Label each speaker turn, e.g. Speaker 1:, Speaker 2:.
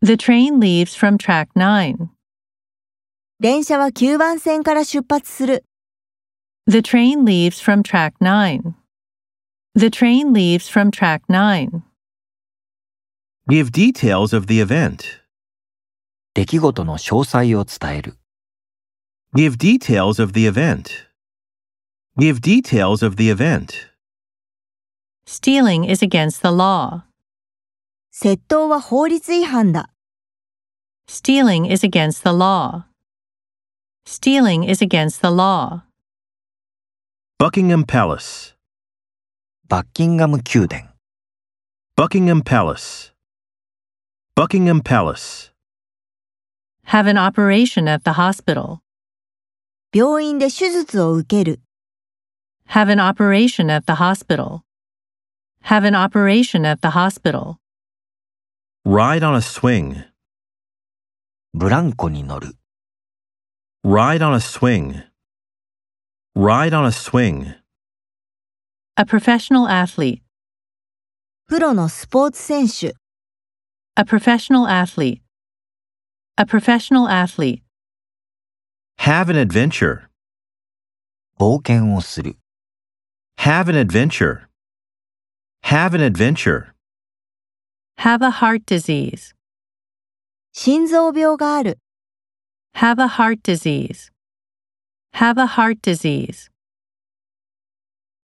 Speaker 1: The train leaves from track 9.
Speaker 2: 電車は9番線から出発する。
Speaker 1: The train leaves from track 9. The train leaves from track 9.
Speaker 3: Give details of the event.
Speaker 4: 出来事の詳細を伝える。
Speaker 3: Give details of the event. Give details of the event.
Speaker 1: Stealing is against the law.
Speaker 2: 窃盗は法律違反だ。
Speaker 1: Stealing is against the law. Stealing is against the law.
Speaker 3: Buckingham Palace.
Speaker 4: バッキンガム宮殿。
Speaker 3: Buckingham Palace. Buckingham Palace.
Speaker 1: Have an operation at the hospital.
Speaker 2: 病院で手術を受ける。
Speaker 1: Have an operation at the hospital. Have an operation at the hospital.
Speaker 3: Ride on a swing.
Speaker 4: ブランコに乗る。
Speaker 3: Ride on a swing. Ride on a swing.
Speaker 1: A professional athlete.
Speaker 2: プロのスポーツ選手。
Speaker 1: A professional athlete. A professional athlete.
Speaker 3: Have an adventure.
Speaker 4: 冒険をする。
Speaker 3: Have an adventure. Have an adventure.
Speaker 1: Have a heart disease.
Speaker 2: 心臓病がある。
Speaker 1: Have a heart disease. Have a heart disease.